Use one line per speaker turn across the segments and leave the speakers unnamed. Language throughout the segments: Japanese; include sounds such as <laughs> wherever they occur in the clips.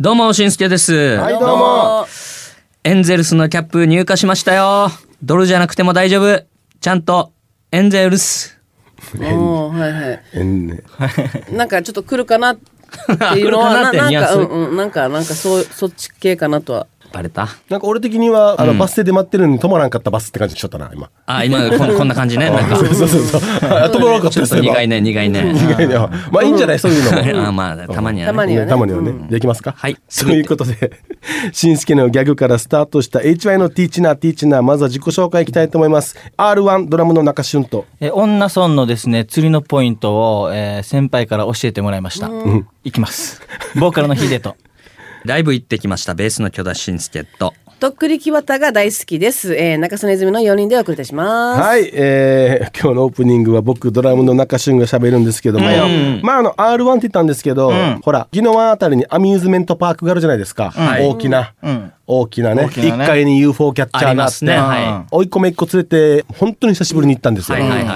どうも、しんすけです。
はいどうも
エンゼルスのキャップ入荷しましたよ。ドルじゃなくても大丈夫。ちゃんと、エンゼルス。
おーはいは
えんね
いなんかちょっと来るかなっていうの
来るかな
は
って
な
ニュ
な
ア
ん
ンス
かうんうんなんかなんかそうそっち系かなとは
バレた
なんか俺的にはあのバス停で待ってるのに止まらんかったバスって感じしちゃったな今
あ、今こん、こんな感じね。なんか、
そうそうそうあ <laughs> 止まらなかっ
ち
た
ょ
で
っと
すね今
苦いね、苦いね。
苦いねあまあいいんじゃないそういうのも
あ、まあ、たまには
たま
ね。
にはね
たまにはね、できますか
はい
ということで <laughs> しんすけのギャグからスタートした HY のティーチナーティーチナーまずは自己紹介いきたいと思います R1 ドラムの中俊と
えー女村のですね釣りのポイントを、えー先輩から教えてもらいました、いきますボーカルのヒデと
ライブ行ってきました、ベースの巨田しんすけと。
とっくりきわたが大好きです、えー、中曽根泉の4人でお送りいたします
はいい、えー今日のオープニングは僕ドラムの中俊が喋るんですけども、まああの R1 って言ったんですけど、ほら宜野湾あたりにアミューズメントパークがあるじゃないですか、
はい
大きな、
ん
大きなね
大
一
きなね
階に UFO キャッチャ
あ
ー
り
が
ま
あって
すね。
うん
は
追い込めっ子連れて本当に久しぶりに行ったんですよ、
はいはいはい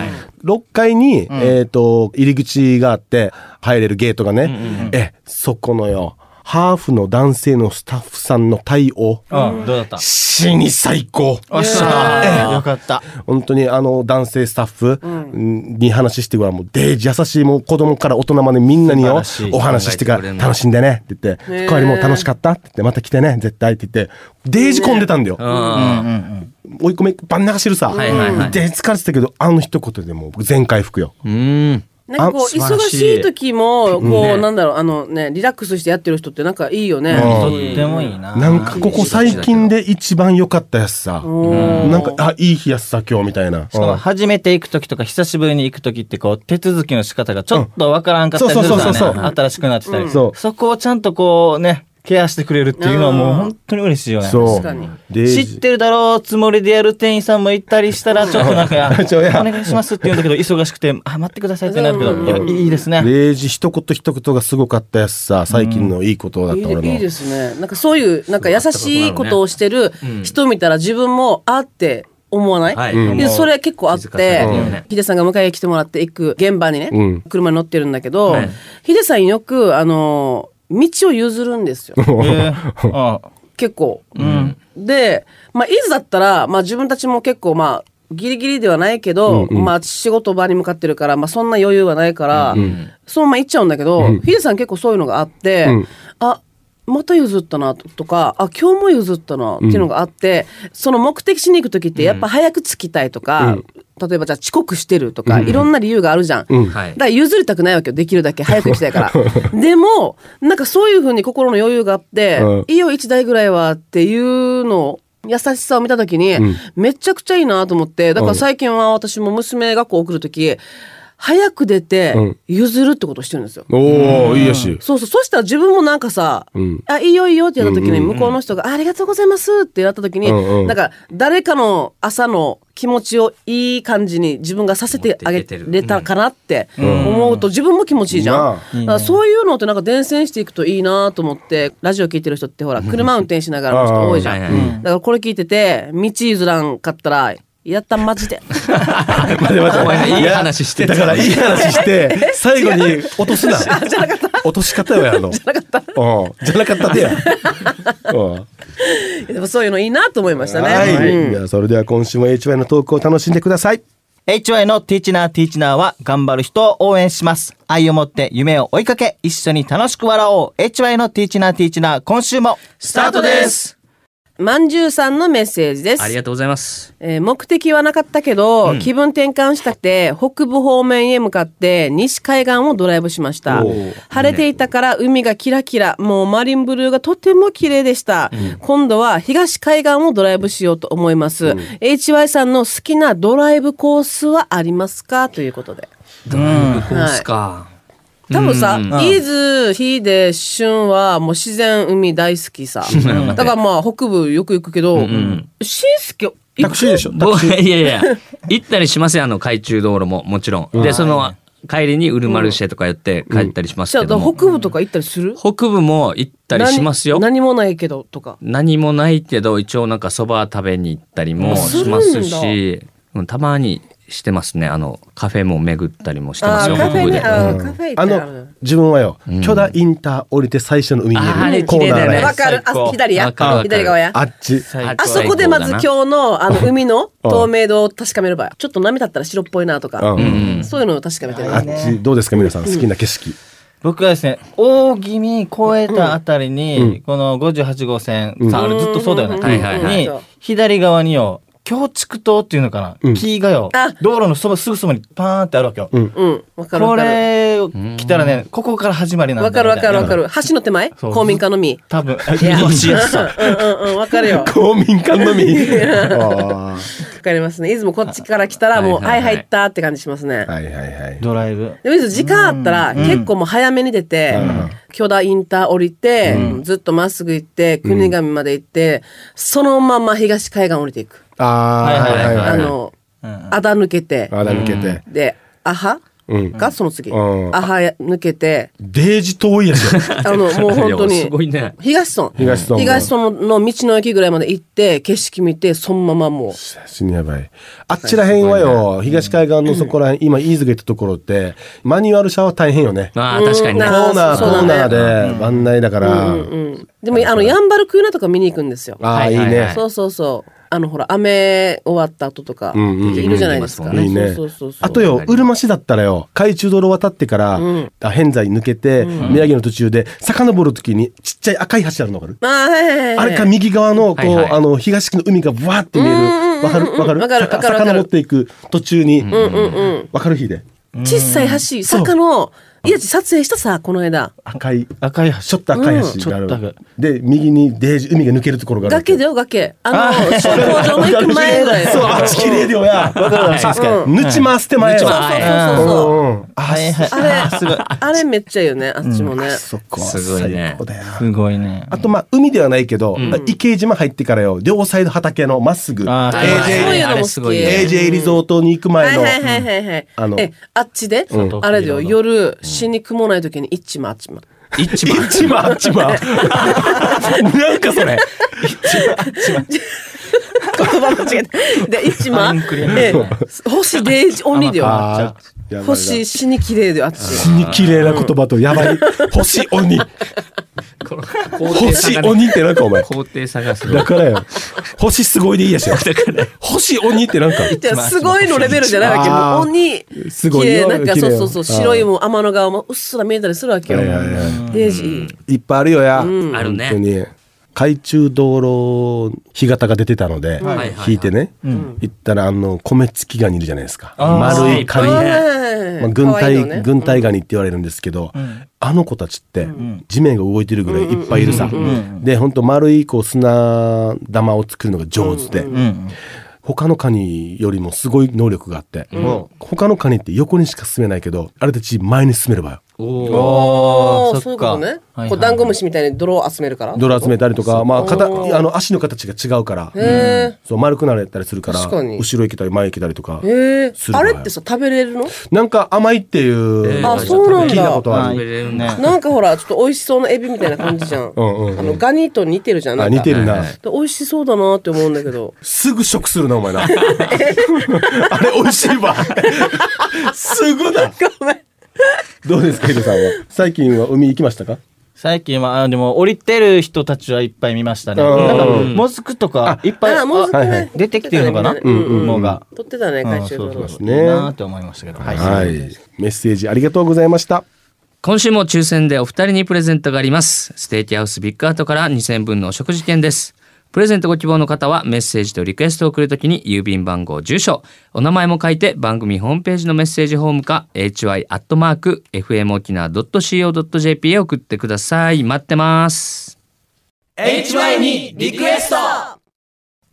6階に、えっ、と入り口があって入れるゲートがね、えそこのよハーフの男性のスタッフさんの対応
うんどうだった
死に最高
おっしゃーよかった
本当にあの男性スタッフに話してからもうデージ優しいもう子供から大人までみんなによ
素晴らしい
お話ししてか
考えてくれ
ら
んな
楽しんでねって言っ
へ
て
ー
帰りも楽しかったって言ってまた来てね絶対って言ってデージ混んでたんだよ
い。うん。
追い込めバン流してるさ
はいはいはい
で疲れてたけどあの一言でもう全回復よ
うん。
なんかこ
あ
う
素
忙
晴らしい
しい時もこ
ね
うなんだろうあのねリラックスしてやってる人ってなんかいいよね
うん
とってもいいな
なんかここ最近で一番良かったやつさ
ん
なんかあいい日やつさ今日みたいな
しかも
うん
初めて行く時とか久しぶりに行く時ってこう手続きの仕方がちょっとわからんかったりするか
うんそうそうそう
ら
そ
ね
う
新しくなってたり、
そう
そこをちゃんとこうねケアしてくれるっていうのはもう本当に嬉しいよね
そう
確かに
デー
知
ジ
ってるだろうつもりでやる店員さんも行ったりしたらちょっとなんか
<laughs> ちょや
「お願いします」って言うんだけど忙しくて「あ待ってください」ってなるけどいやいいですね
レイジ一言一言がすごかったやつさ最近のいいことだっ
いい
た俺の
でいいですねなんかそういうなんか優しいことをしてる人見たら自分もあって思わない、
はい。
で
もう
それ結構あっ
気づかされ
て、
るよね
ヒデさんが迎えに来てもらって行く現場にね、
うん
車に乗ってるんだけど、
はい
ヒデさんよく、あの、道を譲るんです
<laughs>
よ。
えーあ
結構。で、まあ、いつだったら、まあ、自分たちも結構、まあ、ギリギリではないけど、まあ、仕事場に向かってるから、まあ、そんな余裕はないから、そのまま行っちゃうんだけど、ヒデさん結構そういうのがあって、あ、また譲ったなとか、あ、今日も譲ったなっていうのがあって、その目的地に行く時って、やっぱ早く着きたいとか、例えばじゃあ遅刻してるとか、いろんな理由があるじゃん。
はい
だから譲りたくないわけよ。できるだけ早く行きたいから。
<laughs>
でも、なんかそういうふうに心の余裕があって、
うん
いいよ、1台ぐらいはっていうのを、優しさを見たときに、めちゃくちゃいいなと思って、だから最近は私も娘学校送るとき、早く出て
ん、
譲るってことをしてるんですよ。
おおいいやし
そうそう。そしたら自分もなんかさ、
ん
あ、いいよいいよってやった時に、向こうの人が、ありがとうございますってやった時に、
うんうん
なんか、誰かの朝の気持ちをいい感じに自分がさせてあげれたかなって思うと、自分も気持ちいいじゃん。
なあ
だからそういうのってなんか伝染していくといいなと思って、ラジオ聞いてる人ってほら、車運転しながらの人多いじゃ。
うんん
だ
はいはいは
からこれ聞いてて、道譲らんかったら、やったマジで。 <laughs>
待って待って
お前ねいい話してた
だからいい話して最後に落とすな落とし方よやのじゃなかったうんじゃなかったでやうん
でもそういうのいいなと思いましたね。
はい
うん
じゃあそれでは今週も HY のトークを楽しんでください
HY のティーチナーティーチナーは頑張る人を応援します愛を持って夢を追いかけ一緒に楽しく笑おう HY のティーチナーティーチナー今週も
スタートですまんじゅうさんのメッセージです。
ありがとうございます。
えー目的はなかったけど、気分転換したくて北部方面へ向かって西海岸をドライブしました
おー
晴れていたから海がキラキラもうマリンブルーがとても綺麗でした、今度は東海岸をドライブしようと思います、HY さんの好きなドライブコースはありますかということで
ドライブコースか。
多分さ、
うん
伊豆、ヒデ、旬はもう自然海大好きさ。だからまあ北部よく行くけど、しんすけ、行
タ
く
クシーでしょ
僕 <laughs> いやいや、行ったりしますよ、あの、海中道路も、もちろん。で、その、帰りにウルマルシェとか寄って帰ったりします
じゃあ
けども、
北部とか行ったりする
北部も行ったりしますよ。
何何もないけどとか。
何もないけど、一応なんかそば食べに行ったりもしますし、うんたまにしてますね。あの、カフェも巡ったりもしてま
あ
すよ、
ーカフェ
僕で。
ね、あ
う
ー
ん
カフェ行った
あ
らある
の、自分はよ、巨大インター降りて最初の海に
あ
い
れ
るコーナー
綺麗だよ
が
ね
わかる。
最高
あ、左や
わかるわか。る
左側や。
あっち。
最高
あそこでまず今日のあの海の透明度を確かめる場合。ちょっと波だったら白っぽいなとか
う。ん
そういうのを確かめてる
あ。っち、どうですか皆さん、好きな景色。
僕はですね、大気味越えたあたりに、
うん
この58号線、
うん
さあ、あれずっとそうだよね。
はいはいはい
に、左側によ、京畜島っていうのかな、
うん
木がよ
あ、
道路のそばすぐそばにパーンってあるわけよ。
うん。
うん。わかる
こ
わかる。
れを来たらね、ここから始まりなんだ
わかるわかるわか
る。
る。橋の手前
そう
公民館のみ。
多分、
<laughs> いや
見通しやすさ。
うんうんうん、わか
<laughs>
るよ。
公民館のみ。あ
わかりますね。いつもこっちから来たらもう、
は
はい
はい
い
はい
入ったって感じしますね
ー。はいはいはい。
ドライブ。
でもいつも時間あったら結構もう早めに出て、巨大インター降りて、ずっとまっすぐ行って、国神まで行って、そのまま東海岸降りていく。
ああ、はいはいはい。
あの、
うん
あだ抜けて、
あだ抜けて。
で、アハ
うん。
がその次。
うん
アハ抜けて、
<laughs>
デージ遠いやつよ。
あの、もう本当
いやすごい
に、
ね。
東村。
東村
東村の道の駅ぐらいまで行って、景色見て、そのままもう。
死にや
<laughs>
ばい。あっちらへんはよ、東海岸のそこらへん、今、飯塚行ったところって、マニュアル車は大変よね。
まあ、確かにね
う
コ
ん。
ーナー、
あ
コ
ーそう
ー
そう
ナ
だね
ーで、案内だから。
うんうん、でもあのヤンバルクーナとか見に行くんですよ。
ああ、いい
はいはいは
ね
い。
そうそうそう。あのほら雨終わった後とか
うんうんうん
いるじゃないですか。
いいね
そうそうそう。
あとよ、うるま市だったらよ、海中道路渡ってから、あ偏在抜けて、宮城の途中で、遡るときに、ちっちゃい赤い橋あるの分かる
あーはいはいはい。
あれか右側の、こう、
はいはい
あの、東区の海がわーって見える。わかるわかる
わかる
さ
わかるわかる
遡っていく途中に、わかる日で。
小さい橋坂のいや撮影したさこの間
赤い、
赤い
ち
橋
ょっ。と赤い橋がある。
うんちょっと
で、右にデージ、海が抜けるところがある。
崖だよ崖あの消防場の行く前ぐら
<laughs>
い。
そう、あっち綺麗だよや。わかるわかる。ぬち回して前
そう
は。
そうそうそうそう。
うんうんあ、
はいはい。
あ
<laughs>
れ
すごい。
あれめっちゃいいよねあっちもね。
そこは
すごいね
最高だよ。
すごいね。
あとまあ海ではないけど、池江島入ってからよ両サイド畑のまっすぐ
あー
AJ
はいはい
そういうのも
あれす
好
ご
き。
いね
AJ リゾートに行く
は
前
い
の
はいはいはいはい。
あの
えあっちで、あれだよ夜死に雲ない時にいっちまあっちま。
一番。
ちまあっちまなんかそれ
言葉間違えた。で、一
パ
万
ンクリー。ム
ええ、星デイジ鬼だよ。
あーやばいな
星死に綺麗だよ、あっち。
死に綺麗な言葉とやば
<laughs>
い星鬼
この
星鬼ってなんかお前
工程探す
だ
の。
からよ星すごいでいいやしよ星鬼ってなんか
いやすごいのレベルじゃないわけよ。
あー
もう鬼、
すごいよ
綺麗なんか
綺麗
そ
よ
うそうそう、白いもん、天の川もうっすら見えたりするわけよ
はいはいは。
デイジー。
いっぱいあるよや、
あるね
本当に海中道路干潟が出てたので、
はい
引いてね、行ったらあの米付きガニいるじゃないですか
あー
丸い
いっぱ
カ
い
ニ
ね
まあ、軍隊、軍隊ガニって言われるんですけど、あの子たちって地面が動いてるぐらいいっぱいいるさ、で本当丸いこう砂玉を作るのが上手で、
うん。
他のカニよりもすごい能力があって、他のカニって横にしか進めないけどあれたち前に進める場よ
おー
お
お
ー
ーそういうことね。
はいはい
こう、ダンゴムシみたいに泥を集めるから。
泥集めたりとか、まあ、肩あの足の形が違うから、
へ
そう丸くなれたりするから
確かに
後ろ行けたり前行けたりとか
え。へえ
す。るわ
あ
よ
れってさ、食べれるの
なんか甘いっていう、
えー
あそうなんだ
聞いたことあ
は
る、
い。ね。
なんかほら、ちょっと美味しそうなエビみたいな感じじゃん。
うんうんうん
あの、ガニと似てるじゃん。な
あ
んか
似てるな、
はいはい
で美味しそうだなって思うんだけど。
すぐ食するなお前なあれ美味しいわすぐだ
ごめん。
どうですかヒデさんは最近は海行きましたか
最近は、あでも降りてる人たちはいっぱい見ましたね。
うん
なんか、モズクとかいっぱい
あ、もうずっと
はいは
ね
い。
出てきてるのかな、
うんうん
もうが。
撮ってたね、
うん
回収
そ
の
うそ
そ
うそうう。
ね
いいなって思いましたけど。はい
はいメッセージありがとうございました
今週も抽選でお二人にプレゼントがあります。ステーキハウスビッグアートから2000分のお食事券です。プレゼントご希望の方はメッセージとリクエストを送るときに郵便番号、住所、お名前も書いて番組ホームページのメッセージホームか hy.fmokina.co.jp へ送ってください。待ってます。
HY にリクエスト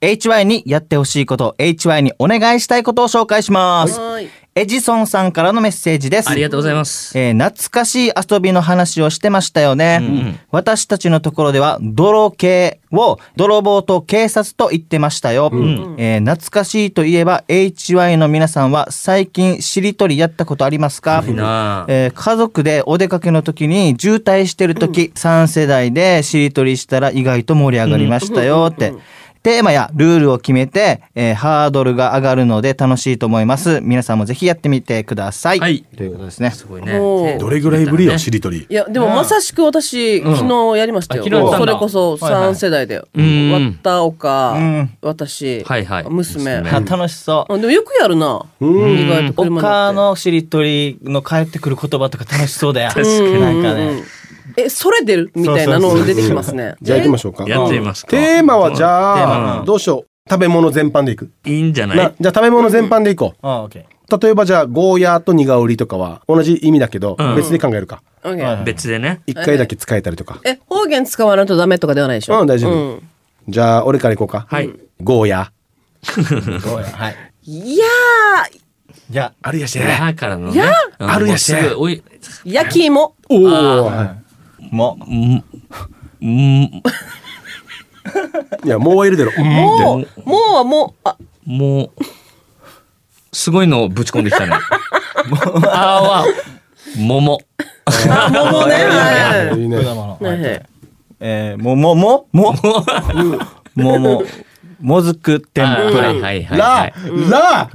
HY にやってほしいこと、HY にお願いしたいことを紹介します。
はーい。
エジソンさんからのメッセージです。
ありがとうございます。
えー懐かしい遊びの話をしてましたよね、私たちのところでは泥系を泥棒と警察と言ってましたよ、えー懐かしいといえば HY の皆さんは最近しりとりやったことありますか
いなあ
えー家族でお出かけの時に渋滞してる時、3世代でしりとりしたら意外と盛り上がりましたよって、テーマやルールを決めて、えーハードルが上がるので楽しいと思います。皆さんもぜひやってみてください。
はい
ということですね。
すごいね
おー
ね
どれぐらいぶりよ、
ね
しりとり
い。やでもまさしく私、昨日やりましたよ
あ昨日やったん
そ
だ
れこそ
はいはい
3世代で、
うん
わったおか、
うん
私、
はいはい
娘
娘
あ楽しそう。
あでもよくやるな、意外と車乗って
他のしりとりの返ってくる言葉とか楽しそうだよ。確か
うん
なんか
うんう
ね
ん。えそれ出るみたいなの出てきますね
じゃあ行きましょうか。
やってみますか
テーマはじ
テーマ
ゃ
う
あ、
ん
どうしよう。食べ物全般でいく。
いいんじゃな
ないじゃあ食べ物全般でいこ
ああ、オッケ
う。例えばじゃあ、ゴーヤーとニガウリとかは同じ意味だけど、別で考えるか。
<laughs> オッケ
ー。は
ー
い
別でね
一回だけ使えたりとか。
え方言使わないとダメとかではないでしょ
うん、大丈
う
夫
ん。
じゃあ、俺から行こうか。
はい。
ゴーヤ
どうやはい。
いや
いや、
ー。あるやし
やーからの
い
ね
や
うん
あるやし
もうすぐおい
ー焼き芋
おお。
も
うん
いや、もう入れてる。うん
もうもうはもうあ
もうすごいのをぶち込んできたねあは桃
あ桃ね
って。
はい
いね
果物。
ね
はいえー、も、も、も、も、も、も、もずく天
あー
ぷ
は
ら
い。はいはいは
ラ
い、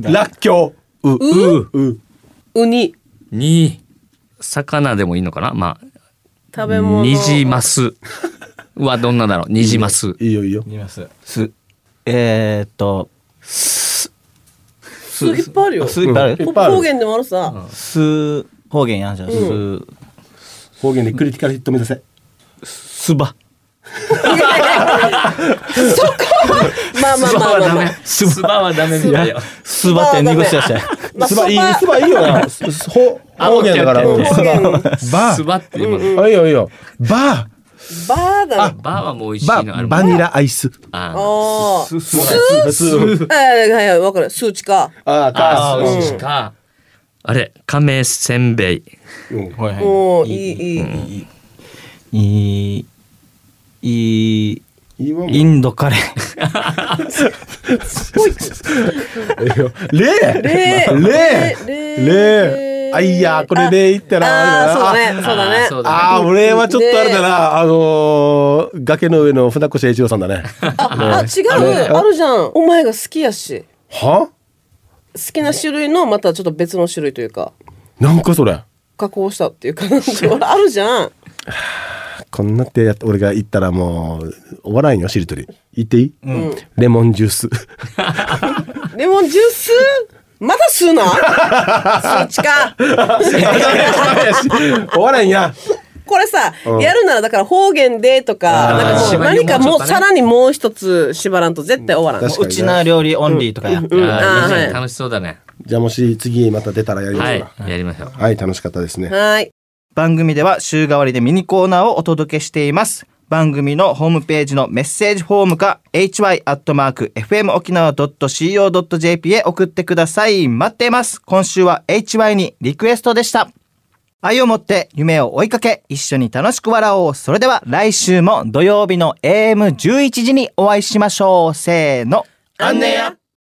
ラ、らっきょう。う、う、う。
ウニ
に魚でもいいのかなま
食べ
あ
物
ニジマスはどんなだろうニジマス
いいよいいよ。
います。す、えーっと、
すいっぱいあるよ
あすいっぱいあ
う
る
んぱいある
方言でもあるさ
す、方言やんじゃん。す、
方言でクリティカルヒット目指せ。
すば。
まあまあまあま
<laughs>
あまあ
スバはダメみたいよ
すばって濁しちゃしたよ。
まあ
すばいい
そば、
すばいいよな。すすほ方言だから。
あオ
う
ッ
ん
ケ
バ
ー
方言
ス
ー。
バっていうもの
あ、いいよいいよ。バ
バーだね。
バーはもう美味しい
ー、
のある
バー、
もん
バニラアイス。
あ
ああ。
すば。
ス
はいはいはい、わかる。数値か。
あー、
あ
か
ー美味しいかあれ亀せんべい
ー。うん
はいはい
もういいいい。
いい、いい、
いいわもう
インドカレー。
<laughs> いいよレ
<laughs>
レ
レー
ーレ
レ
ー
ー
レー
あいやこれでいったら
ああ、そうね、
あ
そうだね。
あそうだ
あー俺はちょっとあれだなあのー崖の上の船越英一郎さんだ <laughs> ね
あ、あ違う。あるじゃん。お前が好きやし。
は
好きな種類のまたちょっと別の種類というか
なんかそれ
加工したっていうかなんかあるじゃん。
こんなってやっ俺が行ったらもうお笑いよしりとり言っていい、レモンジュー <laughs> ス
レモンジュースまだ吸う
<laughs>
な。数値か。
お笑いや
これさ、やるならだから方言でとか
あー
なんかもう
縛りをもう
何かも
ちょっと
う
ね
さらにもう一つ縛らんと絶対終わらん。
確か
うちな料理オンリーとかや。
うん
あ
あー
ー
はい
いいね楽しそうだね
じゃあもし次また出たらやりま
は
し
い
ょうか
やりましょう
はい、楽しかったですね
はい。
番組では週替わりでミニコーナーをお届けしています。番組のホームページのメッセージフォームか hy.fmokinawa.co.jp へ送ってください。待ってます。今週は hy にリクエストでした。愛を持って夢を追いかけ、一緒に楽しく笑おう。それでは来週も土曜日の AM11 時にお会いしましょう。せーの。
安寧や